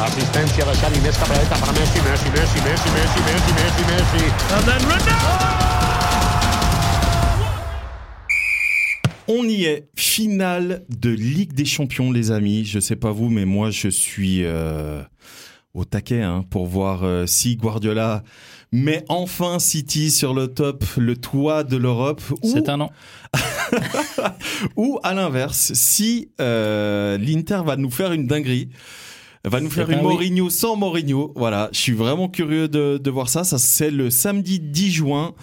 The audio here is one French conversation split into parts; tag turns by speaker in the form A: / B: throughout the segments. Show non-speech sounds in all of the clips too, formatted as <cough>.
A: Asistencia de Xavi, més cap a la dreta per Messi, Messi, Messi, Messi, Messi, Messi, Messi, Messi.
B: And then Ronaldo!
C: On y est, finale de Ligue des Champions, les amis. Je sais pas vous, mais moi, je suis euh, au taquet hein, pour voir euh, si Guardiola met enfin City sur le top, le toit de l'Europe, ou,
D: C'est un an.
C: ou à l'inverse, si euh, l'Inter va nous faire une dinguerie. Va nous
D: C'est
C: faire
D: un
C: une
D: oui.
C: Mourinho sans Mourinho. Voilà, je suis vraiment curieux de, de voir ça. Ça, c'est le samedi 10 juin.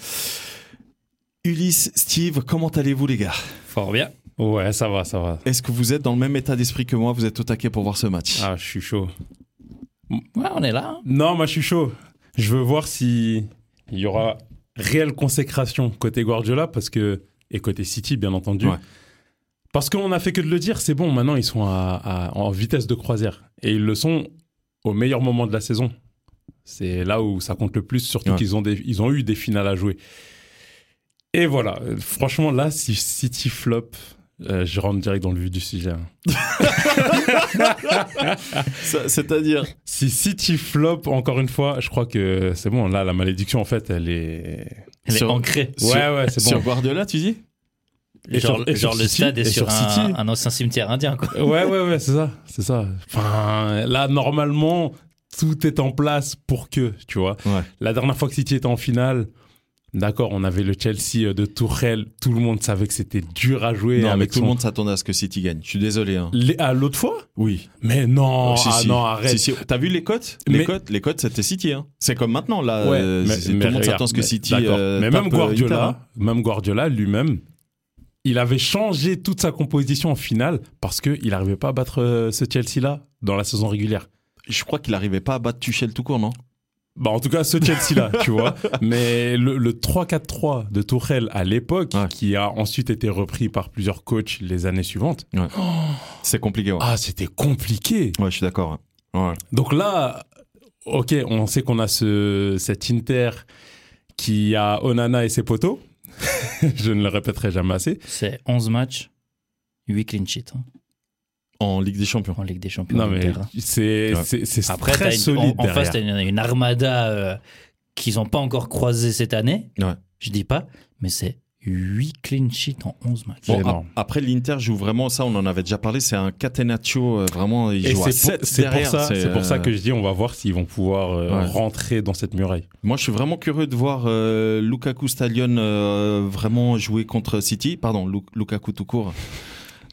C: Ulysse, Steve, comment allez-vous, les gars
D: Fort bien. Ouais, ça va, ça va.
C: Est-ce que vous êtes dans le même état d'esprit que moi Vous êtes au taquet pour voir ce match
E: Ah, je suis chaud.
D: Ouais, on est là. hein.
E: Non, moi, je suis chaud. Je veux voir si il y aura réelle consécration côté Guardiola parce que et côté City, bien entendu.
C: Ouais.
E: Parce qu'on n'a fait que de le dire, c'est bon, maintenant ils sont à- à- en vitesse de croisière. Et ils le sont au meilleur moment de la saison. C'est là où ça compte le plus, surtout
C: Ouais.
E: qu'ils ont, des- ils ont eu des finales à jouer. Et voilà, Euh, franchement, là, si City flop, euh, je rentre direct dans le vif du sujet. hein.
C: Ça- C'est-à-dire
E: Si City flop, encore une fois, je crois que c'est bon, là, la malédiction, en fait, elle est...
D: Elle est
C: Sur-
D: ancrée.
E: Ouais, ouais, c'est
C: Sur
E: bon.
C: Guardiola, tu dis
E: Et
D: genre
E: sur- et
D: genre
E: sur
D: le
E: City,
D: stade est
E: et
D: sur,
E: sur
D: un,
E: City.
D: un ancien cimetière indien, quoi.
E: Ouais, ouais, ouais, c'est ça, c'est ça. Enfin, là, normalement, tout est en place pour que, tu vois.
C: Ouais.
E: La dernière fois que City était en finale, d'accord, on avait le Chelsea euh, de Tourelle, tout le monde savait que c'était dur à jouer.
C: Non, mais
E: avec
C: tout le
E: son-
C: monde s'attendait à ce que City gagne. Je suis désolé. hein.
E: Les- à l'autre fois
C: Oui.
E: Mais non,
C: Oh, si,
E: ah
C: si.
E: non, arrête.
C: Si, si. T'as vu les cotes Les
E: Mais-
C: cotes, les cotes, c'était City. hein. C'est comme maintenant là.
E: Ouais,
C: euh,
E: mais-
C: c'est-
E: mais
C: tout le monde
E: regarde,
C: s'attend à ce que
E: mais-
C: City.
E: d'accord.
C: euh,
E: mais
C: tape,
E: même
C: euh,
E: Guardiola,
C: Inter, hein.
E: même Guardiola lui-même, il avait changé toute sa composition en finale parce que il n'arrivait pas à battre euh, ce Chelsea-là dans la saison régulière.
C: Je crois qu'il n'arrivait pas à battre Tuchel tout court, non
E: Bah, en tout cas, ce Chelsea-là, <laughs> tu vois. Mais le, le 3-4-3 de Tourelle à l'époque,
C: Ouais.
E: qui a ensuite été repris par plusieurs coachs les années suivantes, Oh,
C: C'est compliqué. Ouais,
E: ah, c'était compliqué.
C: Ouais, je suis d'accord. hein. Ouais.
E: Donc là, ok, on sait qu'on a ce, cet Inter qui a Onana et ses poteaux. <laughs> Je ne le répéterai jamais assez.
D: C'est 11 matchs, 8 clean sheets hein,
C: En Ligue des Champions.
D: en Ligue des Champions.
E: Non, mais
D: d'Inter, hein.
E: c'est
C: Ouais.
E: c'est- c'est
D: Après,
E: très
D: t'as une, en-
E: solide.
D: en, face,
E: derrière.
D: t'as une, une armada euh, qu'ils n'ont pas encore croisée cette année.
C: Ouais.
D: Je dis pas, mais c'est 8 clean sheets en 11 matchs.
E: C'est
C: Bon, ap-
E: énorme.
C: après, l'Inter joue vraiment, ça, on en avait déjà parlé, c'est un catenaccio, euh, vraiment, il
E: Et
C: joue à
E: c'est
C: sept
E: pour, c'est pour
C: derrière,
E: ça, c'est pour ça
C: euh,
E: que je dis, on va voir s'ils vont pouvoir euh,
C: Ouais.
E: rentrer dans cette muraille.
C: Moi, je suis vraiment curieux de voir euh, Lukaku Stallion euh, vraiment jouer contre City. Pardon, Lu- Lukaku tout
D: <laughs>
C: court.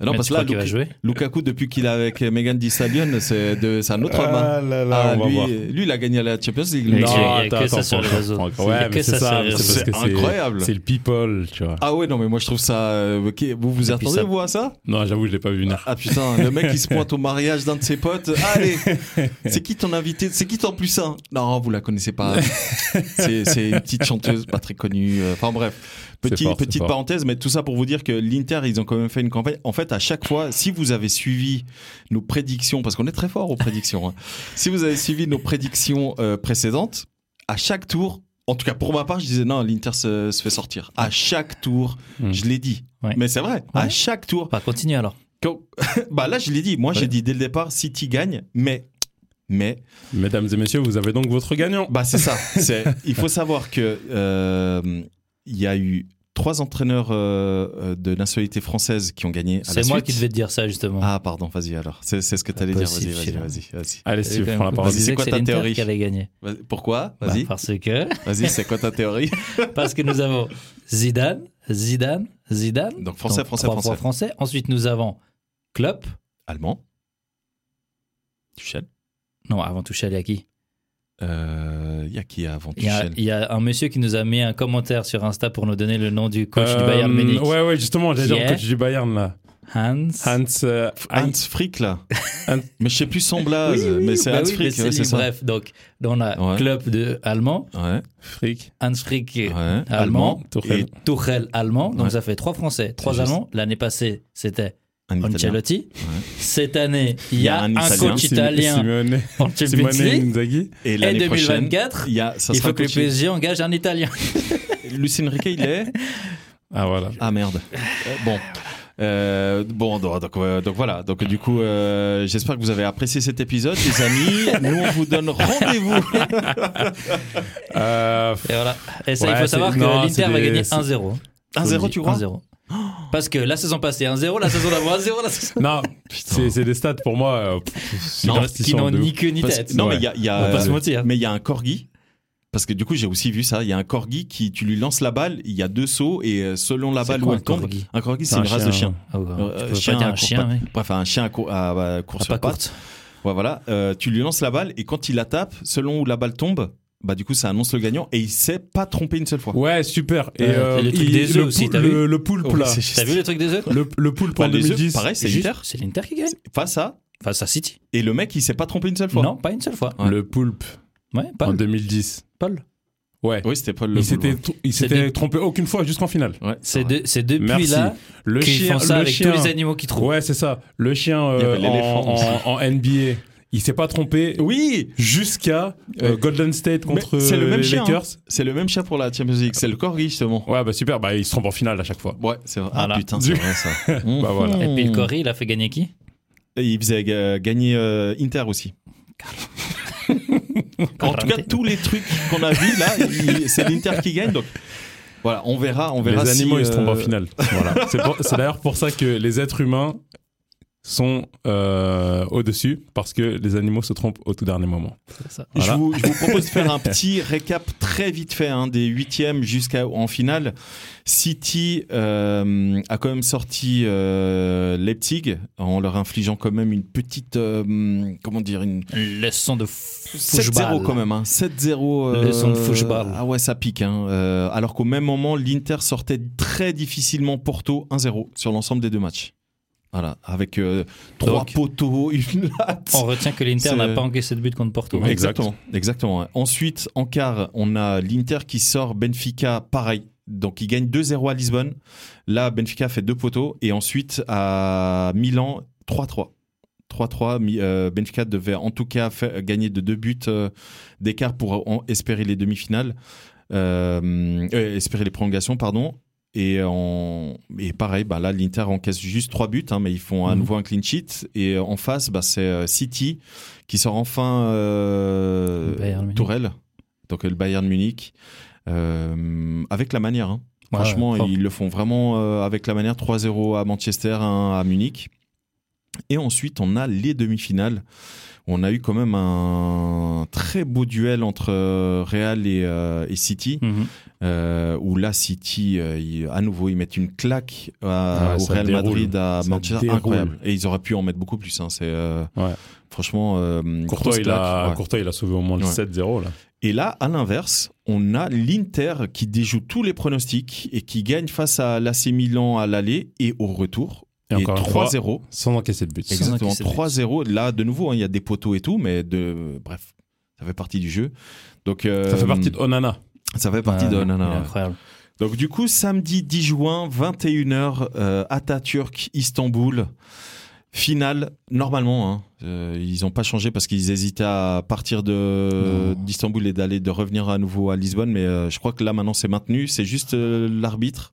C: Non,
D: Mais
C: parce
D: tu
C: que là,
D: crois qu'il va
C: Lu-
D: jouer
C: Lukaku, depuis qu'il est avec Megan Di Stallion, c'est de- c'est un autre
D: Euh,
C: homme. hein. Ah,
E: on va
C: lui,
E: voir.
C: lui, il a gagné la Champions League.
D: Il
C: lui.
D: y a- il y a
E: attends,
D: que
E: attends,
D: ça sur les
E: Franck,
D: réseaux.
E: Franck,
D: Il y a
E: Ouais,
D: que
E: mais
D: ça
E: c'est
D: sur
E: ça,
D: les
E: mais
D: réseaux.
E: c'est parce que
C: C'est incroyable.
E: C'est le people, tu vois.
C: Ah ouais, non, mais moi, je trouve ça. euh, ok, Vous vous
D: Et puis
C: attendez,
D: ça-
C: vous, à ça
E: Non, j'avoue, je l'ai pas vu venir.
C: Ah putain, le mec, il se pointe au mariage d'un de ses potes. Allez, c'est qui ton invité C'est qui ton plus un Non, vous la connaissez pas. C'est c'est une petite chanteuse pas très connue. euh, Enfin bref,
E: C'est
C: Petit-
E: fort, c'est
C: petite
E: fort.
C: parenthèse, mais tout ça pour vous dire que l'Inter, ils ont quand même fait une campagne. En fait, à chaque fois, si vous avez suivi nos prédictions, parce qu'on est très fort aux prédictions, hein. si vous avez suivi nos prédictions euh, précédentes, à chaque tour, en tout cas pour ma part, je disais non, l'Inter se, se fait sortir. À chaque tour,
E: Mm.
C: je l'ai dit.
D: Ouais.
C: Mais c'est vrai, à
D: Ouais.
C: chaque tour,
D: Bah, continue alors.
C: quand- <laughs> bah là, je l'ai dit. Moi, j'ai
E: Ouais.
C: dit dès le départ, City gagne, mais. Mais.
E: Mesdames et messieurs, vous avez donc votre gagnant.
C: Bah, c'est
D: <laughs>
C: ça. C'est- Il faut savoir que. euh, Il y a eu trois entraîneurs euh, euh, de nationalité française qui ont gagné. à la
D: C'est moi
C: suite.
D: qui devais te dire ça, justement.
C: Ah, pardon, vas-y alors. C'est c'est ce que t'allais dire. Vas-y,
D: Impossible,
C: vas-y,
D: celui-là.
C: vas-y. vas-y.
E: Allez,
D: C'est
E: Steve,
D: quand
E: prends la
D: même-
E: parole.
C: Vas-y, c'est
D: disait Euh, que
C: quoi
D: c'est
C: ta
D: l'Inter
C: théorie
D: qui allait gagner.
C: Vas-y. Pourquoi
D: Bah,
C: Vas-y.
D: parce que
C: Vas-y, c'est quoi ta théorie
D: parce que nous avons Zidane, Zidane, Zidane.
C: Donc, français,
D: Donc,
C: français,
D: trois
C: français.
D: fois français. Ensuite nous avons Klopp.
C: Allemand. Tuchel.
D: Non, avant Tuchel, il y a qui
C: Euh, Il y a qui avant
D: il y a,
C: Tuchel
D: il y a un monsieur qui nous a mis un commentaire sur Insta pour nous donner le nom du coach du
E: Euh,
D: Bayern Munich.
E: Ouais, ouais, justement, j'allais
D: Qui
E: dire le
D: est
E: coach du Bayern, là.
D: Hans.
E: Hans. euh, Hans.
C: Hans Frick là.
D: <laughs>
E: Hans-
C: Mais je sais plus son
D: Oui,
C: blaze.
D: oui, oui,
C: mais Ah, c'est
D: bah
C: Hans
D: oui, mais
C: Frick, ouais,
D: lui.
C: c'est ça.
D: Bref, donc on a
C: Ouais.
D: Klopp de allemand,
C: Ouais.
E: Frick.
D: Hans Frick
C: Ouais.
D: allemand,
E: Tuchel.
D: et Tuchel allemand. Donc
C: Ouais.
D: ça fait trois français, trois
C: juste.
D: allemands. L'année passée c'était
C: Un Italien.
D: Ancelotti. Cette année il y a, un,
C: Italien.
D: coach
E: Sim-
D: italien
E: Simone,
D: en Champions
E: Simone
D: League.
E: Inzaghi.
C: Et
D: Et
C: l'année prochaine,
D: 2024,
C: il y a, ça
D: il
C: sera
D: faut que le
C: coaché.
D: PSG engage un Italien.
C: <laughs> Lucien Riquet, il est
E: Ah, voilà.
C: Ah merde. Euh, bon. Euh, bon, donc, donc, euh, donc voilà. Donc du coup, euh, j'espère que vous avez apprécié cet épisode, les <laughs> amis. Nous, on vous donne <laughs> rendez-vous.
E: Euh,
D: Et voilà. Et ça, il
E: Ouais,
D: faut savoir
E: c'est-
D: que
E: non,
D: l'Inter
E: c'est
D: va
E: des-
D: gagner
E: c'est-
D: 1-0.
C: 1-0, tu crois
D: 1-0. <gasps> Parce que la saison passée 1-0, la saison d'avant 1-0, la saison.
E: non, c'est c'est des stats pour moi euh, pff,
D: Non, qui
E: superstitions
D: n'ont
E: de
D: ni
E: ouf.
D: queue ni
C: Parce-
D: tête.
C: Non,
E: Ouais.
C: mais il y a, il y a-
D: On va pas se
C: euh,
D: mentir.
C: mais il y a un corgi. Parce que du coup, j'ai aussi vu ça. Il y a un corgi qui, tu lui lances la balle, il y a deux sauts et euh, selon la
D: C'est
C: balle
D: quoi,
C: où
D: un
C: elle tombe,
D: corgi
C: un corgi, c'est
E: C'est
C: une
E: un hein.
C: race de chien.
D: Ah ouais,
C: Euh,
D: tu peux
C: chien
D: pas dire
C: à
D: un
C: court
D: chien,
C: pas-
D: mec.
C: Bref, un chien à, cour- à, à course
D: Ah,
C: sur
D: pas
C: pattes.
D: courte.
C: Ouais, voilà. Euh, tu lui lances la balle et quand il la tape, selon où la balle tombe, bah du coup, ça annonce le gagnant et il s'est pas trompé une seule fois.
E: Ouais, super. Et
D: Ouais,
E: euh,
D: et le truc
E: il-
D: des œufs
E: le
D: aussi,
E: pou-
D: t'as
E: le, le poulpe
C: Oh,
E: là.
C: c'est
D: T'as
C: juste-
D: vu le truc des œufs
E: Le, le poulpe
C: Bah,
E: en
C: les œufs,
E: 2010.
C: pareil, c'est
D: Juste,
C: Inter
D: C'est l'Inter qui gagne
C: face à
D: face à City.
C: et le mec, il s'est pas trompé une seule fois.
D: Non, pas une seule fois.
C: Ouais.
E: Le poulpe
D: Ouais,
E: en
D: Paul.
E: 2010.
D: Paul.
E: Ouais.
C: Oui, c'était pas le.
E: Il
C: boule,
E: s'était
C: ouais.
E: tr- il
D: C'est
E: s'était
D: des-
E: trompé aucune fois jusqu'en finale.
C: Ouais,
D: C'est
C: vrai.
D: de- c'est depuis
E: Merci.
D: là
E: Le
D: qu'ils
E: chien,
D: font ça
E: le
D: avec
E: chien.
D: tous les animaux qu'ils trouvent.
E: Ouais, c'est ça. Le chien
C: Il y
E: euh,
C: avait l'éléphant
E: en, en- en NBA, il s'est pas trompé
C: Oui,
E: jusqu'à euh,
C: Ouais.
E: Golden State
C: Mais
E: contre
C: c'est le
E: euh,
C: même
E: les
C: chien, hein.
E: Lakers.
C: c'est le même chat pour la Champions League, c'est le corgi justement.
E: Ouais, bah super. Bah, il se trompe en finale à chaque fois.
C: Ouais, c'est vrai. Ah
D: Voilà.
C: putain,
E: Du-
C: c'est vrai ça.
E: <laughs>
C: Mmh.
E: Bah voilà.
D: Et puis le Corée, il a fait gagner qui
C: Et il faisait euh, gagner euh, Inter aussi. en tout cas, tous les trucs qu'on a vus là, il- c'est l'Inter qui gagne. Donc voilà, on verra, on
E: Les
C: verra. si,
E: animaux, ils se
C: euh,
E: trompent en
C: <laughs>
E: finale. Voilà. C'est pour- C'est d'ailleurs pour ça que les êtres humains sont euh, au-dessus parce que les animaux se trompent au tout dernier moment.
D: C'est ça.
C: Je,
E: Voilà.
C: vous, je vous propose de faire un petit récap très vite fait hein, des huitièmes jusqu'à en finale. City euh, a quand même sorti euh, Leipzig en leur infligeant quand même une petite euh, comment dire une
D: Leçon de
C: 7-0
D: football.
C: quand même, hein. 7-0.
D: Leçon de football.
C: Ah ouais, ça pique. hein. Euh, alors qu'au même moment, l'Inter sortait très difficilement Porto 1-0 sur l'ensemble des deux matchs. Voilà, avec euh, trois
D: Donc-
C: poteaux, une latte.
D: On retient que l'Inter
C: C'est-
D: n'a pas encaissé de but contre Porto.
E: Ouais. exact.
C: Exactement, exactement. ouais. Ensuite, en quart, on a l'Inter qui sort Benfica, pareil. Donc, il gagne 2-0 à Lisbonne. Là, Benfica fait deux poteaux. Et ensuite, à Milan, 3-3. 3-3. Mi- euh, Benfica devait en tout cas fa- gagner de deux buts euh, d'écart pour en- espérer les demi-finales. Euh, euh, espérer les prolongations, pardon. Et, en, et pareil, bah là, l'Inter encaisse juste trois buts, hein, mais ils font à
E: Mhm.
C: nouveau un clean sheet. Et en face, bah, c'est euh, City qui sort enfin euh,
D: Bayern Munich.
C: Tourelle, donc euh, le Bayern Munich, euh, avec la manière. hein.
D: Ouais,
C: Franchement,
D: ouais, propre.
C: ils le font vraiment euh, avec la manière. 3-0 à Manchester, 1 à Munich. Et ensuite, on a les demi-finales. On a eu quand même un très beau duel entre euh, Real et, euh, et City,
D: Mhm.
C: euh, où là, City, euh, ils- à nouveau, ils mettent une claque à-
E: Ah Ouais,
C: au
E: ça
C: Real
E: déroule.
C: Madrid, à
E: Ça
C: Manchester.
E: déroule.
C: Incroyable. Et ils auraient pu en mettre beaucoup plus. hein. C'est euh,
E: Ouais.
C: franchement euh,
E: Courtois,
C: grosse
E: il,
C: claque.
E: a,
C: Ouais.
E: Courtois, il a sauvé au moins le
C: Ouais.
E: 7-0. là.
C: Et là, à l'inverse, on a l'Inter qui déjoue tous les pronostics et qui gagne face à l'AC Milan à l'aller et au retour.
E: Et encore une fois,
C: 3-0.
E: sans encaisser de but.
D: Exact.
C: Exactement,
D: encaisser de but.
C: 3-0. Là, de nouveau, hein, il y a des poteaux et tout, mais de... bref, ça fait partie du jeu. Donc, euh,
E: Ça fait partie de Onana.
C: ça fait partie
D: Ouais,
C: de...
D: il est
C: non, non, ouais.
D: Incroyable.
C: Donc du coup, samedi 10 juin, 21h, euh, Atatürk, Istanbul. Finale, normalement, hein, euh, ils n'ont pas changé parce qu'ils hésitaient à partir de- d'Istanbul et d'aller de revenir à nouveau à Lisbonne, mais euh, je crois que là maintenant c'est maintenu, c'est juste euh, l'arbitre.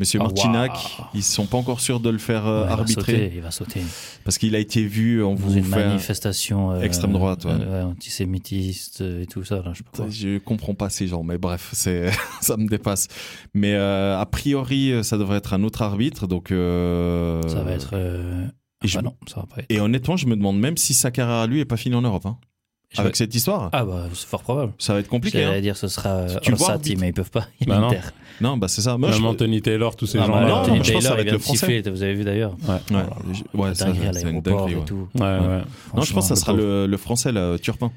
C: Monsieur
D: Ah,
C: Martinac,
D: waouh.
C: ils sont pas encore sûrs de le faire
D: Ouais,
C: euh,
D: il va
C: arbitrer
D: sauter, il va sauter.
C: parce qu'il a été vu, on
D: Dans
C: vous
D: une
C: fait. <laughs>
D: manifestation euh,
C: extrême droite, ouais.
D: euh, antisémitiste euh, et tout ça. Là, je sais pas quoi.
C: Je comprends pas ces gens, mais bref, c'est <laughs> ça me dépasse. Mais euh, a priori, ça devrait être un autre arbitre, donc euh,
D: Ça va être. euh,
C: Et, je-
D: bah non, ça va pas être.
C: et honnêtement, je me demande même si sa carrière à lui est pas finie en Europe. hein.
D: Je-
C: Avec cette histoire,
D: Ah bah c'est fort probable.
C: ça va être compliqué.
D: J'allais
C: hein.
D: dire ce sera
C: Si tu le vois,
D: Orsati,
C: arbitre.
D: mais ils peuvent pas. Il y
E: Bah
D: a
E: non.
D: Inter.
C: Non, bah c'est ça. Moi, je-
E: Même Anthony Taylor, tous ces
D: Ah,
E: gens-là.
D: bah,
C: non,
D: Anthony
C: je pense que ça
D: Taylor,
C: va
D: il
C: être
D: vient
C: le
D: de siffler, vous avez vu d'ailleurs.
C: Ouais,
D: Oh là là.
C: je- ouais, ça-
D: Dinguerie à
C: c'est une
D: l'aéroport
C: dinguerie,
D: et
C: ouais.
D: tout.
E: Ouais, ouais.
C: Non, je pense que ça sera le, le français, là, Turpin.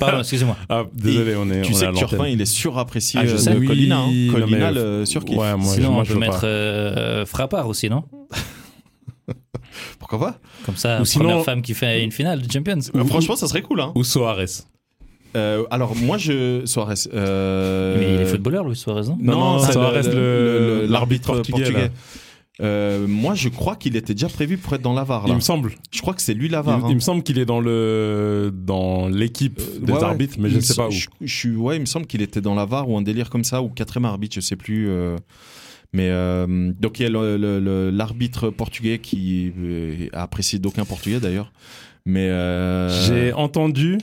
D: Pardon, excusez-moi.
E: Ah, désolé, on est,
C: tu
E: on est
C: sais
E: à
C: que Turpin,
E: l'antenne.
C: il est surapprécié
D: Ah, je
C: euh,
D: sais.
C: de
E: Oui,
C: Colina. hein.
E: non,
C: Colina,
E: mais- euh,
C: le surkiff.
E: Ouais, moi,
D: Sinon,
E: moi,
D: on
E: je
D: peut
E: veux
D: mettre
E: pas.
D: euh, Frappard aussi, non
C: Pourquoi pas
D: Comme ça,
E: Ou sinon-
D: première femme qui fait une finale de Champions.
C: Bah, Franchement, ça serait cool. hein.
E: Ou Soares.
C: Euh, alors, moi, je. Soares. euh,
D: Mais il est footballeur, Luis Suarez, non
C: Non,
E: Non, non,
C: c'est
E: ça
C: le-
E: reste
C: le-
E: le-
C: le- l'arbitre
E: l'arbitre
C: portugais.
E: portugais, là.
C: Euh, moi, je crois qu'il était déjà prévu pour être dans l'avare.
E: Il
C: Là.
E: me semble.
C: Je crois que c'est lui
E: Il,
C: l'avare.
E: il me semble qu'il est dans le dans l'équipe
C: Euh,
E: des arbitres, mais je ne sais pas où.
C: Je, je suis, ouais, il me semble qu'il était dans l'avare ou un délire comme ça, ou quatrième arbitre, je sais plus. euh, Mais euh, donc il y a le- le- le- l'arbitre portugais qui euh, a apprécié d'aucun portugais d'ailleurs. Mais euh,
E: J'ai entendu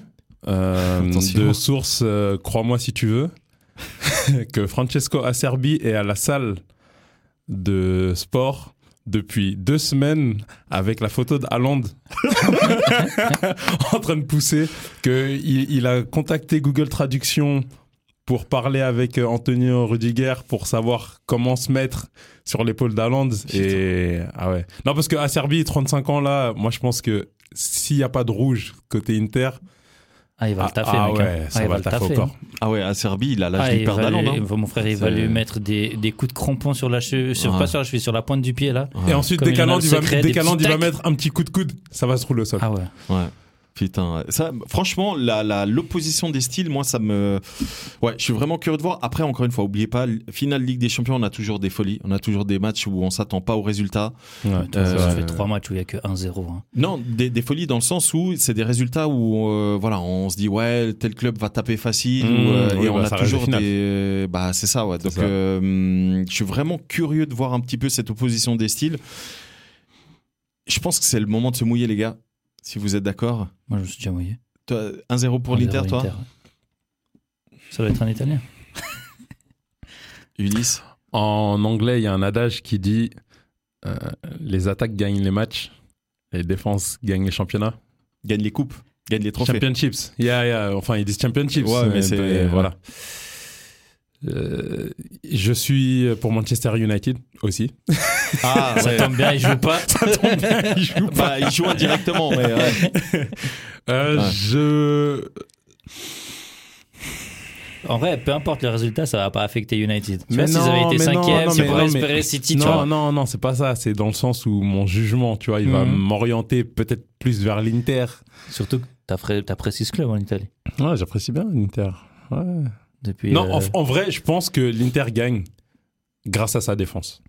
E: euh,
C: Attention.
E: de sources, euh, crois-moi si tu veux, <laughs> que Francesco Acerbi est à la salle de sport depuis deux semaines avec la photo d'Haaland <laughs> en train de pousser, qu'il il a contacté Google Traduction pour parler avec euh, Antonio Rudiger pour savoir comment se mettre sur l'épaule d'Haaland. Et ah ouais. Non, parce que Acerbi, 35 ans là, moi je pense que s'il n'y a pas de rouge côté Inter,
D: Ah, il
E: ah,
D: va le taffer,
E: ah
D: mec. hein.
E: ouais, ça
D: Ah, il
E: va le taffer
D: taffer,
E: encore.
C: ah ouais, à Serbie, il a l'âge
D: Ah,
C: du
D: il
C: père
D: va
C: d'Haaland,
D: lui-
C: hein.
D: Mon frère, il va
C: C'est-
D: lui mettre des, des coups de crampon sur la cheville, sur,
C: Ouais.
D: pas sur la cheville, sur la pointe du pied là.
E: Et ensuite,
D: Comme
E: dès
D: il a le
E: qu'Haaland il va,
D: secret,
E: dès
D: des
E: qu'Haaland,
D: petits
E: il va
D: tacs.
E: mettre un petit coup de coude, ça va se rouler au sol.
D: Ah ouais.
C: Ouais. Putain, ça, franchement, la- la- l'opposition des styles, moi, ça me. Ouais, je suis vraiment curieux de voir. Après, encore une fois, oubliez pas, finale Ligue des Champions, on a toujours des folies, on a toujours des matchs où on s'attend pas aux résultats.
E: Ouais.
D: Toi, ça
C: Euh,
D: fait trois matchs où il n'y a que 1-0. hein.
C: Non, des, des folies dans le sens où c'est des résultats où euh, voilà, on se dit ouais, tel club va taper facile
E: Mmh,
C: ou, euh,
E: oui,
C: et on
E: bah,
C: a
E: ça reste
C: toujours
E: des finales.
C: des bah c'est ça ouais. Donc
E: ça.
C: euh, hum, je suis vraiment curieux de voir un petit peu cette opposition des styles. Je pense que c'est le moment de se mouiller les gars, si vous êtes d'accord.
D: Moi, je me suis déjà mouillé.
C: Toi, 1-0 pour
D: 1-0
C: l'Inter toi
D: Inter, ouais. Ça doit être un italien.
C: Ulysse.
E: En anglais, il y a un adage qui dit euh, les attaques gagnent les matchs, les défenses gagnent les championnats.
C: Gagne les coupes, gagne les trophées.
E: Championships. Yeah, yeah. Enfin, ils disent championships.
C: Ouais, mais
E: euh,
C: c'est-
E: euh, voilà. Euh, je suis pour Manchester United aussi.
C: Ah,
D: Ça
C: ouais.
D: tombe bien, il joue
C: <laughs>
D: pas.
E: Ils jouent pas.
C: Bah, il joue indirectement, mais ouais. <laughs>
E: Euh,
D: Ah.
C: Ouais.
E: Je
D: En vrai, peu importe le résultat, ça va pas affecter United. Tu
E: Mais
D: vois, s'ils avaient
E: non,
D: été
E: mais non,
D: cinquième,
E: non,
D: c'est
E: mais
D: pour
E: non,
D: espérer
E: mais-
D: City, tu
E: non,
D: vois.
E: non, non, c'est pas ça. C'est dans le sens où mon jugement, tu vois, il va
D: Mhm.
E: m'orienter peut-être plus vers l'Inter.
D: Surtout que t'as frais- t'as précis ce club en Italie.
E: Ouais, j'apprécie bien l'Inter.
D: Depuis,
E: Non,
D: euh,
E: en, en vrai, je pense que l'Inter gagne grâce à sa défense.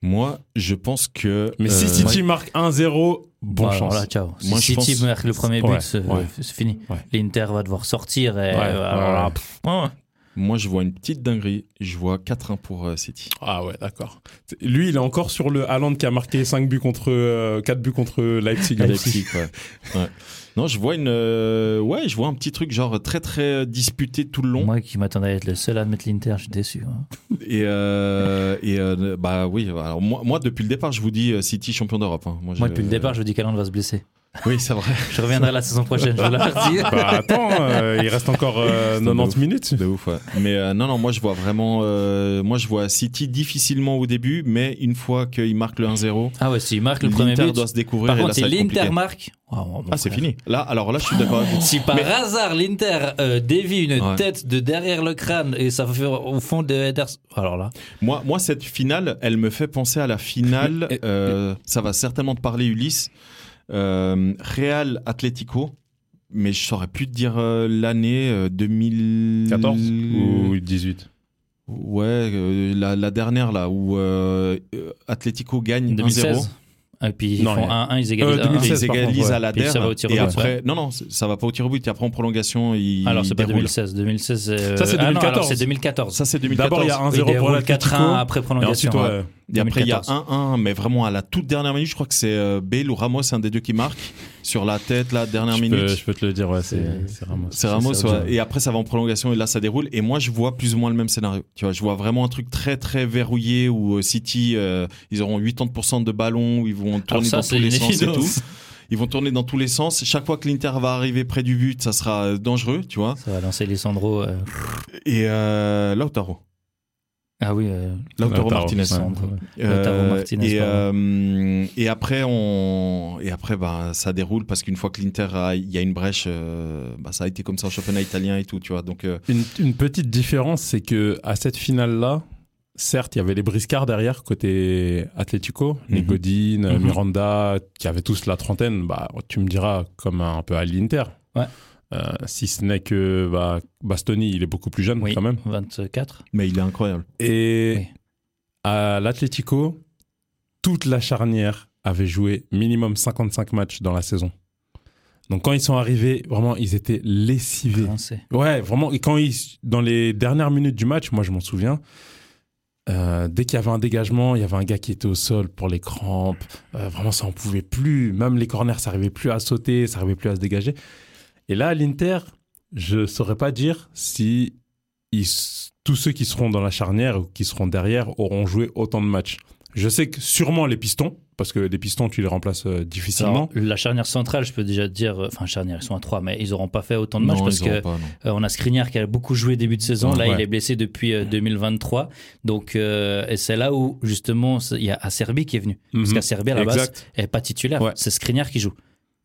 C: Moi, je pense que
E: Mais si
C: euh,
E: City marque 1-0, bon
D: voilà,
E: chance.
D: voilà, ciao. Si
C: Moi, je
D: City
C: pense-
D: marque le premier but,
E: Ouais,
D: c'est
E: ouais.
D: c'est fini.
E: Ouais.
D: L'Inter va devoir sortir.
E: Ouais,
D: Et, euh,
E: ouais,
D: voilà.
E: ouais.
D: Pff, ouais, ouais.
C: moi je vois une petite dinguerie, je vois 4-1 pour euh, City.
E: Ah ouais, d'accord. Lui, il est encore sur le Haaland qui a marqué 5 buts contre 4 buts contre Leipzig.
C: Leipzig, ouais. Ouais. Non, je vois une, euh, ouais, je vois un petit truc genre très très disputé tout le long.
D: Moi qui m'attendais à être le seul à mettre l'Inter, je suis déçu. hein.
C: Et euh, et euh, bah oui. Alors moi, moi depuis le départ, je vous dis euh, City champion d'Europe. hein.
D: Moi,
C: je-
D: depuis le départ, je dis qu'Alan va se blesser.
C: <laughs> Oui, c'est vrai.
D: Je reviendrai la saison prochaine, je vous la redis.
E: Bah attends, euh, il reste encore euh,
C: de
E: 90
C: ouf.
E: minutes.
C: De ouf. ouais. Mais euh, non, non, moi je vois vraiment, euh, moi je vois City difficilement au début, mais une fois qu'il marque le 1-0,
D: Ah ouais, s'il marque le premier
C: l'Inter
D: but.
C: doit se découvrir.
D: Par
C: et là, ça
D: contre, si
C: va être
D: l'Inter
C: compliqué.
D: marque. Oh, mon
C: Ah, c'est
D: frère.
C: fini. Là, alors là, je suis d'accord. avec vous.
D: Si par hasard l'Inter euh, dévie une
C: Ouais.
D: tête de derrière le crâne et ça fait au fond de Ederson. Alors là,
C: Moi, moi, cette finale, elle me fait penser à la finale.
E: Mais- et-
C: euh, ça va certainement te parler, Ulysse. Euh, Real Atlético, mais je saurais plus te dire euh, l'année euh,
E: 14
C: 2014
E: ou 18
C: ouais euh, la, la dernière là où euh, euh, Atlético gagne 1-0.
D: 2016. Et Ah, puis ils
E: Non,
D: font
E: il y
D: 1-1, ils égalisent
E: Euh,
D: 1-1.
E: 2016.
C: Ils
E: par contre,
C: égalisent
E: ouais.
C: à la
D: Puis ça va
C: dernière
D: au tir au
C: et
D: but,
C: après non non c- ça va pas au tir au but et après en prolongation il
D: Alors c'est pas
C: déroule.
D: 2016, 2016. euh,
E: Ça, c'est
D: Ah non,
E: 2014.
D: alors, c'est 2014.
C: ça c'est 2014
E: D'abord, il y a
D: Ils
E: 1-0 pour
D: déroulent
E: l'Atlético.
D: 4-1 après
E: Et
D: prolongation.
E: ensuite, euh, ouais.
D: ouais.
C: Et après, il y a 1-1,
D: 2014.
C: mais vraiment à la toute dernière minute, je crois que c'est euh, Bale ou Ramos, un des deux qui marque, <laughs> sur la tête, la dernière
E: je,
C: minute.
E: peux, je peux te le dire, ouais, c'est
D: C'est-
E: c'est Ramos.
C: C'est Ramos,
D: Sergio.
C: ouais. et après, ça va en prolongation, et là, ça déroule. Et moi, je vois plus ou moins le même scénario. Tu vois, je vois vraiment un truc très, très verrouillé où euh, City, euh, ils auront 80% de ballons, où ils vont tourner
D: ça,
C: dans
D: c'est hein.
C: tous les
D: une
C: sens et tout.
D: évidence.
C: Ils vont tourner dans tous les sens. Chaque fois que l'Inter va arriver près du but, ça sera euh, dangereux, tu vois.
D: Ça va lancer Lisandro. euh,
C: Et euh, Lautaro.
D: Ah oui, euh,
C: Lautaro,
E: Lautaro, ouais.
C: Martinez.
D: Lisandro. Lautaro
C: Euh,
D: Martinez,
C: et,
D: pardon.
C: euh, et après, on, et après bah, ça déroule parce qu'une fois que l'Inter a- il y a une brèche, euh, bah, ça a été comme ça au championnat italien et tout, tu vois. Donc, euh,
E: Une, une petite différence, c'est que à cette finale-là, certes, il y avait les briscards derrière côté Atlético, les
C: Mhm.
E: Godin, euh,
D: Mhm.
E: Miranda, qui avaient tous la trentaine. Bah, tu me diras comme un peu à l'Inter.
D: Ouais.
E: Euh, si ce n'est que bah, Bastoni, il est beaucoup plus jeune
D: Oui,
E: quand même.
D: 24.
C: mais il est incroyable.
E: Et
D: Oui.
E: à l'Atlético, toute la charnière avait joué minimum 55 matchs dans la saison. Donc quand ils sont arrivés, vraiment, ils étaient lessivés.
D: Français.
E: Ouais, vraiment. Et quand ils, dans les dernières minutes du match, moi je m'en souviens, euh, dès qu'il y avait un dégagement, il y avait un gars qui était au sol pour les crampes. Euh, vraiment, ça en pouvait plus. Même les corners, ça n'arrivait plus à sauter, ça n'arrivait plus à se dégager. Et là, à l'Inter, je saurais pas dire si ils s- tous ceux qui seront dans la charnière ou qui seront derrière auront joué autant de matchs. Je sais que sûrement les pistons, parce que les pistons, tu les remplaces euh, difficilement.
D: Alors, la charnière centrale, je peux déjà te dire, euh, enfin charnière, ils sont à 3, mais ils n'auront pas fait autant de matchs
C: Non,
D: parce
C: ils
D: que
C: auront pas, non.
D: Euh, on a Skriniar qui a beaucoup joué début de saison. Là,
E: Ouais.
D: il est blessé depuis euh, 2023. Donc, euh, et c'est là où, justement, c'est- il y a Acerbi qui est venu. Parce
E: Mhm.
D: qu'Acerbi, à la base,
E: Exact.
D: n'est pas titulaire.
E: Ouais.
D: C'est Skriniar qui joue.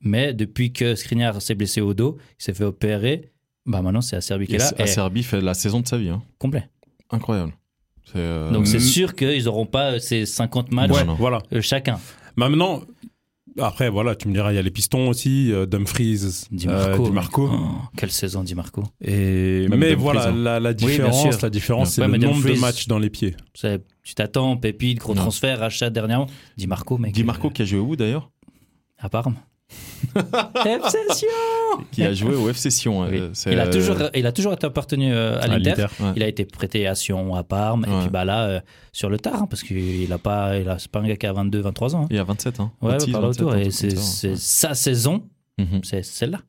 D: Mais depuis que Skriniar s'est blessé au dos, il s'est fait opérer, bah maintenant, c'est Acerbi qui est là.
C: Et
D: et
C: Serbie fait la saison de sa vie. hein.
D: complet.
C: Incroyable. C'est, euh,
D: Donc, c'est
E: Mm.
D: sûr qu'ils n'auront pas euh, ces 50 matchs
E: Ouais,
C: non.
E: voilà.
D: euh, chacun.
E: Bah, Maintenant, après, voilà, tu me diras, il y a les pistons aussi, euh, Dumfries,
D: Di
E: euh,
D: Marco.
E: Di Marco.
D: Oh, quelle saison, Di Marco.
E: Et
C: Même
E: mais
C: Dumfries,
E: voilà,
C: hein.
E: la, la
D: bien
E: différence,
D: sûr.
E: la différence,
D: Ouais,
E: c'est
D: mais
E: le nombre de
D: Dumfries-
E: matchs dans les pieds.
D: C'est- Tu t'attends, pépite, gros
C: Non.
D: transfert, achat dernièrement. Di Marco, mec.
C: Di Marco
D: euh,
C: qui a joué où d'ailleurs <laughs>
D: à Parme. Obsession
C: Qui a joué au FC Sion.
D: Oui.
C: euh, c'est,
D: il, a
C: euh,
D: toujours, il a toujours été appartenu euh, à l'Inter.
C: ouais.
D: Il a été prêté à Sion, à Parme,
C: Ouais.
D: et puis bah là, euh, sur le tard, hein, parce qu'il a pas, il a, c'est pas un gars qui a 22, 23 ans. hein.
C: Il a 27, hein.
D: Ouais,
C: 26,
D: par là
C: 27,
D: autour.
C: un
D: Et
C: truc comme
D: c'est,
C: ça,
D: c'est
C: ouais.
D: sa saison,
C: Mhm.
D: c'est celle-là.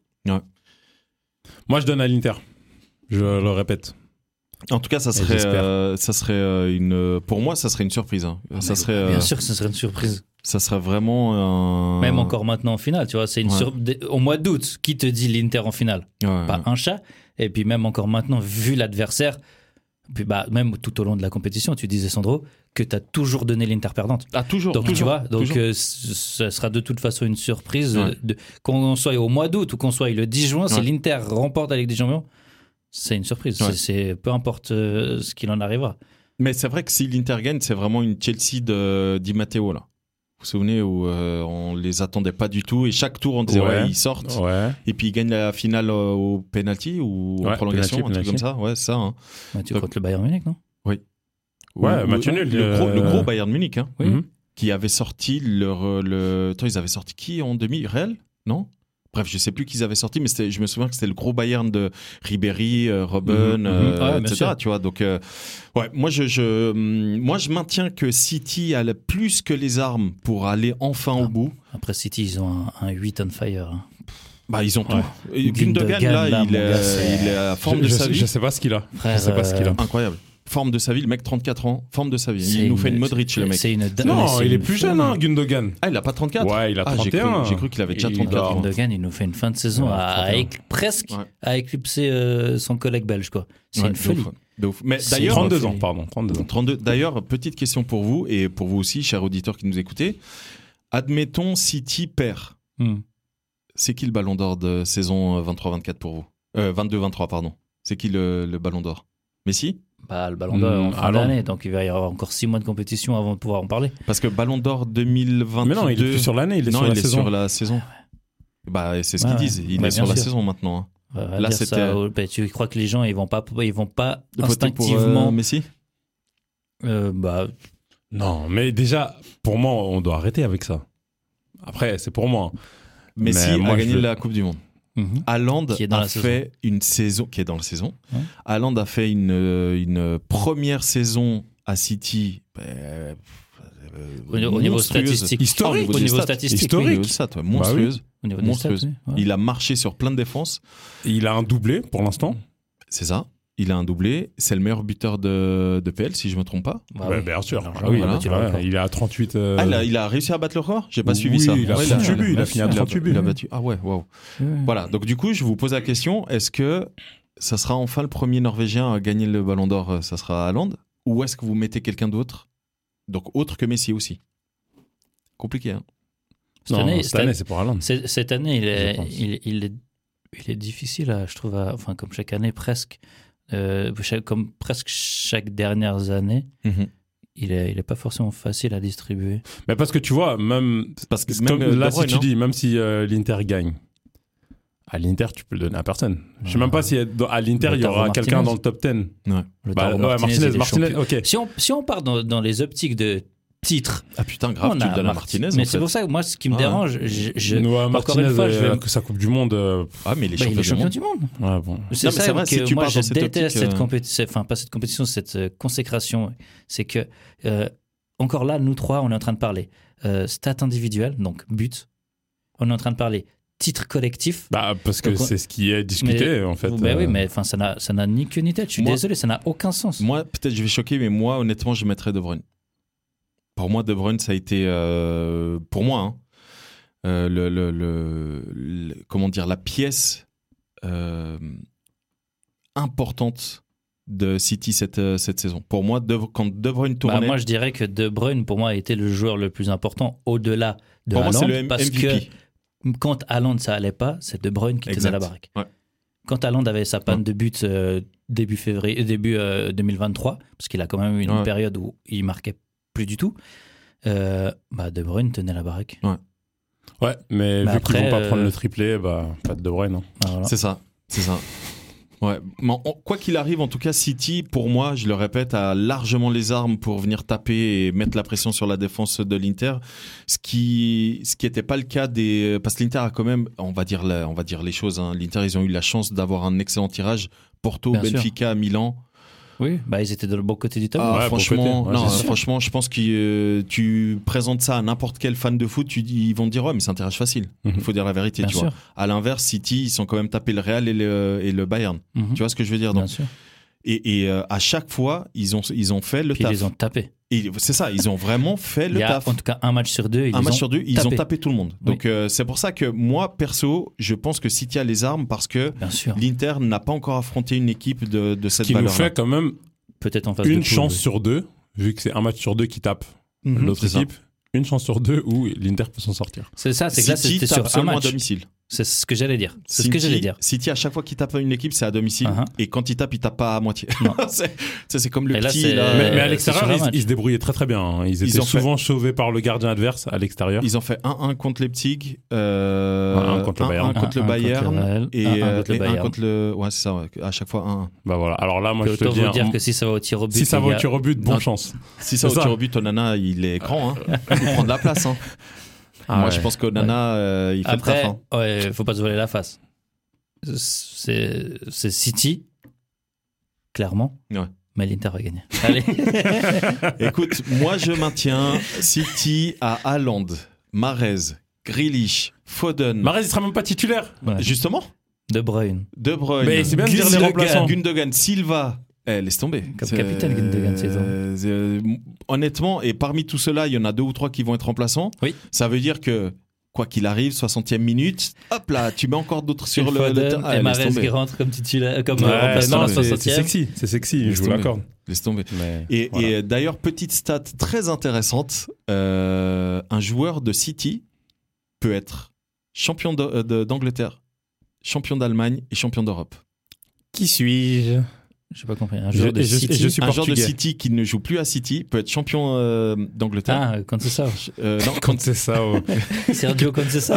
E: Moi, je donne à l'Inter. Je le répète.
C: En tout cas, ça serait,
E: j'espère.
C: euh, ça serait euh, une, pour moi, ça serait une surprise. hein. ça serait, euh,
D: Bien sûr que ce serait une surprise.
C: ça serait vraiment un.
D: Même encore maintenant en finale, tu vois, c'est une
C: Ouais.
D: sur- des- au mois d'août, qui te dit l'Inter en finale
C: Ouais, ouais.
D: Pas un chat. Et puis même encore maintenant, vu l'adversaire, puis bah, même tout au long de la compétition, tu disais, Sandro, que tu as toujours donné l'Inter perdante.
C: Ah, toujours.
D: Donc tu
C: toujours,
D: vois, donc
C: toujours.
D: euh, c- ce sera de toute façon une surprise.
C: Ouais.
D: euh, de- qu'on soit au mois d'août ou qu'on soit le 10 juin, si
C: Ouais.
D: l'Inter remporte la Ligue des Champions, c'est une surprise.
C: Ouais.
D: C'est- C'est peu importe euh, ce qu'il en arrivera.
C: Mais c'est vrai que si l'Inter gagne, c'est vraiment une Chelsea de Di Matteo là. Vous vous souvenez où euh, on les attendait pas du tout et chaque tour on disait
E: Ouais.
C: ouais, ils sortent
E: Ouais.
C: et puis ils gagnent la finale euh, au penalty ou en
E: Ouais,
C: prolongation,
E: penalty,
C: un truc comme ça. Ouais, c'est ça. hein.
D: Bah, tu
C: Donc-
D: contre le Bayern Munich, non
E: Ouais,
C: Ou-
E: match
C: ou-
E: nul,
C: Le gros,
E: euh,
C: le gros Bayern Munich hein,
D: Oui.
E: Mhm.
C: qui avait sorti leur euh, le. Attends, ils avaient sorti qui en demi Real Non. Bref, je sais plus qu'ils avaient sorti, mais c'était- je me souviens que c'était le gros Bayern de Ribéry, euh, Robben,
E: Mhm, mhm.
C: euh,
D: Ouais, bien
C: etc.
D: sûr.
C: Tu vois, donc euh, Ouais, moi je, je, hum, moi je maintiens que City a le- plus que les armes pour aller enfin au bout.
D: Après City, ils ont un, un 8 on fire. hein.
C: Bah ils ont tout.
E: Ouais.
C: Et Gundogan,
D: Gundogan,
C: là,
D: là,
C: il,
D: mon
C: est,
D: gars, c'est-
C: il est à la forme
E: je,
C: de
E: je
C: sa
E: sais-
C: vie.
E: je sais pas ce qu'il a.
D: Frère,
E: je sais pas ce qu'il a.
D: euh,
C: Incroyable. Forme de sa vie, le mec 34 ans, forme de sa vie.
D: C'est
C: Il nous fait une Modric le mec.
D: C'est une dingue.
E: Non, il est plus jeune, hein, Gundogan.
C: Ah il a pas 34
E: Ouais, il a
C: Ah, j'ai cru-
E: 31.
C: J'ai cru, qu'il avait déjà
E: Il
C: 34
E: dort.
C: ans.
D: Gundogan, il nous fait une fin de saison
E: hein. Ouais,
D: à, à
E: franchement.
D: éc- presque
C: Ouais.
D: à éclipser euh, son collègue belge. quoi. C'est
C: Ouais,
D: une
C: de
D: folie.
C: ouf, de ouf. Mais
D: C'est
C: d'ailleurs,
E: 32
D: il-
E: ans, pardon. 32 ans.
C: 32. D'ailleurs, petite question pour vous et pour vous aussi, chers auditeurs qui nous écoutez. Admettons City perd.
D: Hmm.
C: C'est qui le ballon d'or de saison 23-24 pour vous euh, 22-23, pardon. C'est qui le, le ballon d'or Messi
D: Bah, le ballon d'or est en
E: Mm,
D: fin
E: allons.
D: d'année, donc il va y avoir encore 6 mois de compétition avant de pouvoir en parler.
C: Parce que ballon d'or 2022.
E: Mais non, il est plus sur l'année, il est
C: Non,
E: sur
C: il
E: la
C: est
E: saison.
C: sur la saison. Bah, c'est ce
D: Ouais,
C: qu'ils
D: ouais.
C: disent. Il
D: Bah,
C: est sur
D: bien
C: la
D: sûr.
C: saison maintenant. hein.
D: On va
C: Là,
D: dire
C: c'était-
D: ça, au- bah, tu crois que les gens ils vont pas ils vont pas
C: De voter pour, euh,
D: instinctivement
C: Messi
D: euh, bah,
E: Non, mais déjà, pour moi, on doit arrêter avec ça. Après, c'est pour moi.
C: Messi
E: Mais moi,
C: a
E: je
C: gagné
E: veux-
C: la Coupe du Monde.
D: mhm.
C: Haaland
D: Qui est dans
C: a
D: la saison.
C: fait une saison qui est dans la saison.
D: Ouais.
C: Haaland a fait une, euh, une première saison à City. euh, euh,
D: au, au niveau
C: monstrueuse.
D: statistique
E: Historique.
D: au niveau
C: des stats.
D: statistique Bah
E: Historique.
C: Au niveau de ça, toi, monstrueuse.
D: au niveau des stats, hein.
C: monstrueuse.
D: oui. Ouais.
C: Il a marché sur plein de défenses.
E: Il a un doublé pour l'instant.
C: C'est ça. Il a un doublé. C'est le meilleur buteur de, de PL, si je me trompe pas.
D: Bah
E: Ouais,
D: oui.
E: bien sûr.
D: Alors,
E: Ah oui,
D: voilà,
E: bah,
D: tu l'as
E: ouais,
D: encore.
E: il est à 38. euh,
C: Ah, il a, il a réussi à battre le record J'ai pas
E: Oui,
C: suivi ça.
E: il a
C: Ouais,
E: 38 buts, il a fini à
C: il
E: 38 buts.
C: il a battu. Ah ouais, waouh. Voilà. Donc, du coup, je vous pose la question est-ce que ça sera enfin le premier Norvégien à gagner le ballon d'or euh, Ça sera Haaland Ou est-ce que vous mettez quelqu'un d'autre Donc, autre que Messi aussi Compliqué, hein
D: cette
E: Non,
D: année,
E: cette
D: cette-
E: année, c'est pour Haaland.
D: c'est- cette année, il
E: Je
D: est,
E: pense.
D: il, il est il est difficile à- je trouve à- enfin comme chaque année presque euh, chaque- comme presque chaque dernière année
C: Mhm.
D: il est il est pas forcément facile à distribuer
E: Mais parce que tu vois, même
C: Parce que
E: Comme
C: même, euh,
E: là,
C: De Bruyne,
E: si tu
C: hein.
E: dis, même si euh, l'l'Inter gagne, à l'Inter, tu peux le donner à personne. Je sais même pas si euh, dans- à l'Inter, il y
D: Lautaro
E: aura
D: Martinez.
E: quelqu'un dans le top 10.
C: Ouais.
D: Le
E: Bah,
D: Taro
E: ouais,
D: Martinez, il est
E: Martinez, Martinez,
D: champion.
E: ok.
D: Si on, si on part dans, dans les optiques de titre.
C: Ah putain, grave,
D: On
C: tu
D: a
C: le donnes à
D: Mart-
C: Martinez. en
D: Mais
C: fait.
D: c'est pour ça que moi, ce qui me
C: Ah,
D: dérange, je, je-
E: Noah
D: encore une
E: Martinez,
D: fois, je vais- Ah,
E: euh, que sa Coupe du Monde. euh,
C: Ah, mais les
D: bah, il
C: champions
D: est
C: du
D: champion
C: monde.
D: du monde.
E: ouais, bon.
D: C'est
C: Non, mais
D: ça
C: c'est vrai,
D: que
C: si tu
D: moi
C: pars
D: je
C: dans cette
D: déteste
C: optique,
D: cette
C: euh,
D: compétition, enfin pas cette compétition, cette euh, consécration. ouais. C'est que euh, encore là, nous trois, on est en train de parler euh, stat individuel, donc but. On est en train de parler titre collectif.
E: Bah, parce que
D: Donc, on-
E: c'est ce qui est discuté,
D: Mais-
E: en fait.
D: mais
E: euh,
D: oui, mais enfin ça n'a ça n'a ni queue ni tête. Je suis
C: Moi-
D: désolé, ça n'a aucun sens.
C: Moi, peut-être je vais choquer, mais moi, honnêtement, je mettrais De Bruyne. Pour moi, De Bruyne, ça a été. euh, pour moi, hein, euh, le, le- le- le- Comment dire La pièce euh, importante de City cette, euh, cette saison. Pour moi, De- quand De Bruyne
D: Bah,
C: tournait.
D: moi, je dirais que De Bruyne, pour moi, a été le joueur le plus important au-delà de
C: pour moi, c'est
D: Haaland,
C: le M-
D: parce
C: MVP.
D: que quand Haaland ça allait pas, c'est De Bruyne qui était à la
C: Exact.
D: baraque.
C: Ouais.
D: Quand Haaland avait sa panne de but euh, début février, euh, début euh, 2023, parce qu'il a quand même eu une
C: Ouais.
D: période où il marquait plus du tout, euh, bah De Bruyne tenait la baraque.
E: Ouais, mais
D: Bah
E: vu qu'ils vont
D: après,
E: pas prendre
D: euh,
E: le triplé, bah, pas de De Bruyne. hein.
D: Ah, voilà.
C: C'est ça, c'est ça. Ouais, mais en- quoi qu'il arrive, en tout cas, City, pour moi, je le répète, a largement les armes pour venir taper et mettre la pression sur la défense de l'Inter, ce qui ce qui n'était pas le cas des parce que l'Inter a quand même, on va dire la- on va dire les choses. hein. L'Inter, ils ont eu la chance d'avoir un excellent tirage. Porto,
D: Bien sûr.
C: Benfica, Milan.
D: Oui, bah ils étaient de le bon côté du tableau.
C: Ah,
E: Ouais, bon
C: franchement,
E: côté. Ouais,
C: non,
E: c'est sûr.
C: franchement, je pense que euh, tu présentes ça à n'importe quel fan de foot, tu dis- ils vont te dire ouais, mais c'est un tirage facile. Il
E: Mhm.
C: faut dire la vérité,
D: bien
C: tu
D: sûr,
C: vois. À l'inverse, City, ils sont quand même tapés le Real et le, et le Bayern.
D: Mhm.
C: Tu vois ce que je veux dire
D: bien
C: donc,
D: sûr.
C: Et, et, euh, à chaque fois, ils ont, ils ont fait le
D: Puis ils les
C: taf.
D: ont tapés.
C: Et C'est ça, ils ont vraiment fait
D: Il
C: le
D: y a
C: taf.
D: en tout cas un match sur deux. Ils
C: Un
D: les
C: match
D: ont
C: sur deux, ils
D: tapé.
C: ont tapé tout le monde. Donc euh, c'est pour ça que moi, perso, je pense que City a les armes parce que
D: Bien sûr.
C: l'Inter n'a pas encore affronté une équipe de, de
E: Ce
C: cette
E: qui nous
C: valeur
D: hein.
E: fait quand même
D: Peut-être en face de
E: une
D: poule,
E: chance
D: oui.
E: sur deux, vu que c'est un match sur deux qui tape
C: Mhm.
E: l'autre
C: C'est ça.
E: équipe. Une chance sur deux où l'Inter peut s'en sortir.
D: C'est ça, Ah, c'est que là
C: City
D: c'était
C: tape
D: sur un
C: seulement à
D: match.
C: domicile.
D: C'est ce que j'allais dire. C'est ce
C: City-
D: que j'allais dire.
C: City, à chaque fois qu'il tape une équipe, c'est à domicile.
D: Uh-huh.
C: Et quand il tape, il tape pas à moitié.
D: Non.
C: <laughs> c'est ça, c'est comme le
D: Et là,
C: petit.
D: c'est-
C: là,
E: mais,
D: Euh,
E: mais à
D: c'est
E: l'extérieur,
D: sur un
E: ils,
D: match.
E: ils se débrouillaient très très bien. hein. Ils étaient
C: ont fait-
E: souvent sauvés par le gardien adverse à l'extérieur.
C: Ils ont fait 1-1 contre les Ptigs,
E: Un
C: 1-1
E: contre le Bayern.
D: Un-
C: contre le
D: un
C: Bayern,
D: contre le Real,
C: et
D: un- un
C: euh,
D: contre le
C: et un
D: Bayern.
C: contre le. Ouais, c'est ça, ouais, à chaque fois 1-1.
E: Bah voilà. Alors là, moi je te
D: Autant
E: dis,
D: vous dire
E: hein,
D: que si ça va au tir au but,
E: si ça
D: les
E: va au
D: gars, Mm.
E: tir au but, bonne
D: Non.
E: chance.
C: Si ça,
E: C'est
C: au
E: ça.
C: tir au but, Onana, il est grand. Hein.
D: <laughs>
C: Il prend de la place. Hein.
D: Ah
C: Moi, je pense qu'Onana, euh, il fait le
D: Après,
C: taf. hein.
D: ouais, faut pas se voler la face. C'est c'est City, clairement.
C: Ouais.
D: Mais l'Inter va gagner.
C: <laughs>
D: Allez.
C: Écoute, moi, je maintiens City à Haaland, Marez, Grealish, Foden.
E: Marais, il sera même pas titulaire.
D: Ouais.
C: Justement,
D: De Bruyne.
C: De Bruyne,
E: Mais c'est bien de dire les
C: Gundogan,
E: remplaçants.
C: Gundogan, Silva. Eh, laisse tomber.
D: Comme
C: C'est-
D: capitaine, Gundogan, c'est
C: euh, c'est- Honnêtement, et parmi tout cela, il y en a deux ou trois qui vont être remplaçants.
D: Oui.
C: Ça veut dire que, quoi qu'il arrive, 60e minute, hop là, tu mets encore d'autres sur le, le
D: Foden
C: terrain. Eh,
D: et
C: laisse
D: Mahrez
C: tomber.
D: qui rentre comme titulaire, comme
E: Ouais,
D: euh, remplaçant
E: non,
D: à la
E: c'est
D: 60e.
E: c'est sexy, c'est sexy,
C: Laisse
E: je vous
C: tomber.
E: l'accorde.
C: Laisse tomber.
E: Mais
C: Et,
E: voilà.
C: et, euh, d'ailleurs, petite stat très intéressante euh, un joueur de City peut être champion de- euh, de- d'Angleterre, champion d'Allemagne et champion d'Europe.
E: qui suis-je
D: J'ai pas compris. Un
E: Je-
D: joueur de
E: et je- et
D: City.
E: je suis-
C: Un joueur de
E: portugais.
C: City qui ne joue plus à City peut être champion euh, d'Angleterre.
D: Ah, Concessao.
C: Euh, non,
E: Quand c'est ça,
D: <laughs>
E: oh.
C: <laughs>
D: Sergio Concessao.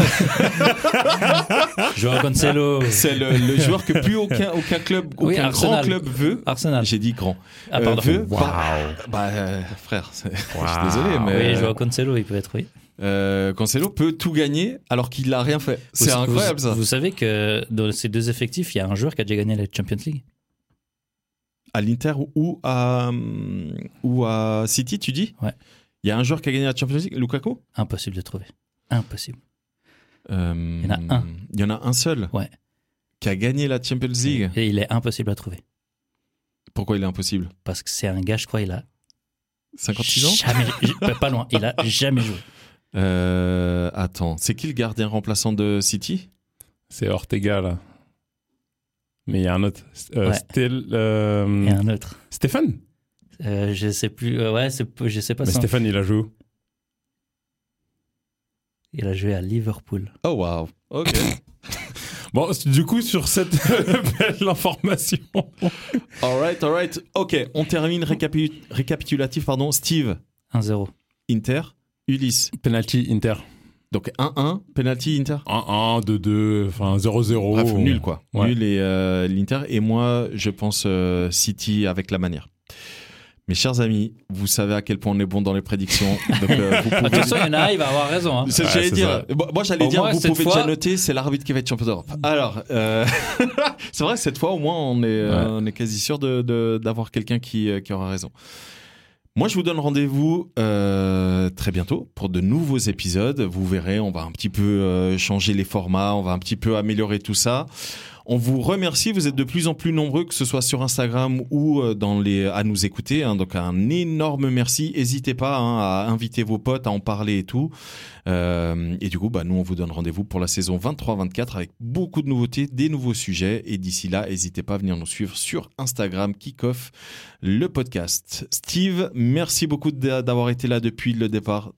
D: Joao Cancelo.
C: c'est le,
D: <laughs>
C: le joueur que plus aucun, aucun club,
D: Oui,
C: aucun grand
D: Arsenal.
C: club veut.
D: Arsenal.
C: J'ai dit grand.
D: Ah,
C: Euh,
D: pardon.
C: veut
E: Waouh.
C: par- Bah, euh, frère, c'est- je suis
E: Waouh.
C: désolé, mais
D: Oui, Joao Cancelo, il peut être, oui.
C: euh, Cancelo peut tout gagner alors qu'il n'a rien fait. C'est
D: Vous-
C: incroyable
D: vous-
C: ça.
D: Vous savez que dans ces deux effectifs, il y a un joueur qui a déjà gagné la Champions League.
C: À l'Inter ou à, hum, ou à City, tu dis
D: Ouais.
C: Il y a un joueur qui a gagné la Champions League, Lukaku
D: Impossible de trouver. Impossible.
C: Euh,
D: Il y en a un.
C: Il y en a un seul
D: Ouais.
C: qui a gagné la Champions League.
D: Et il est impossible à trouver.
C: Pourquoi il est impossible
D: Parce que c'est un gars, je crois, il a
C: 56 ans
D: <laughs> jamais, pas- pas loin, il a jamais joué.
C: Euh, attends, c'est qui le gardien remplaçant de City
E: C'est Ortega là. Mais il y a un autre. Euh,
D: Ouais.
E: Stél-
D: Il
E: euh,
D: y a un autre.
E: Stéphane
D: Euh, je sais plus. euh, ouais, c'est peu- je sais pas.
E: Mais
D: ça.
E: Stéphane, il a joué où
D: Il a joué à Liverpool.
C: Oh waouh, ok. <laughs>
E: Bon, c- du coup, sur cette <laughs> belle information.
C: alright, alright. Ok, on termine récapi- récapitulatif, pardon. Steve,
D: 1-0.
C: Inter, Ulysse.
E: Penalty Inter.
C: Donc 1-1, penalty Inter.
E: 1-1, 2-2, enfin 0-0.
C: Bref, Ah, nul quoi.
E: Oh. Ouais.
C: Nul et euh, l'Inter. Et moi, je pense euh, City avec la manière. Mes chers amis, vous savez à quel point on est bon dans les prédictions. Donc, euh, vous
D: De
C: pouvez...
D: toute façon, il y en a, il va avoir raison. hein.
C: C'est
E: Ouais,
C: ce que j'allais
E: c'est
C: dire.
E: ça.
C: Moi, moi, j'allais
D: Au
C: dire,
D: moins,
C: vous
D: cette
C: pouvez
D: fois- Mm.
C: déjà noter, c'est l'arbitre qui va être champion d'Europe. Alors, euh, <laughs> c'est vrai que cette fois, au moins, on est, euh, on est quasi sûr de- de- d'avoir quelqu'un qui, euh, qui aura raison. Moi, je vous donne rendez-vous euh, très bientôt pour de nouveaux épisodes. Vous verrez, on va un petit peu euh, changer les formats, on va un petit peu améliorer tout ça. On vous remercie, vous êtes de plus en plus nombreux, que ce soit sur Instagram ou euh, dans les, à nous écouter. hein. donc un énorme merci. N'hésitez pas hein, à inviter vos potes, à en parler et tout. Euh, et du coup, bah, nous, on vous donne rendez-vous pour la saison 23-24 avec beaucoup de nouveautés, des nouveaux sujets. Et d'ici là, n'hésitez pas à venir nous suivre sur Instagram, Kickoff, le podcast. Steve, merci beaucoup d'a- d'avoir été là depuis le départ.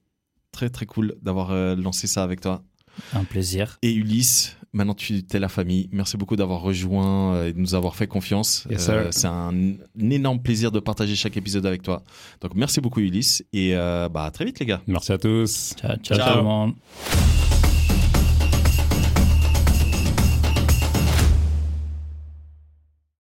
C: Très, très cool d'avoir euh, lancé ça avec toi.
D: Un plaisir.
C: Et Ulysse, maintenant, tu es la famille. Merci beaucoup d'avoir rejoint euh, et de nous avoir fait confiance. Euh,
E: Yes, sir.
C: C'est un, un énorme plaisir de partager chaque épisode avec toi. Donc, merci beaucoup, Ulysse. Et euh, bah, à très vite, les gars.
E: Merci à tous.
D: Ciao, ciao,
E: Ciao.
D: tout le monde.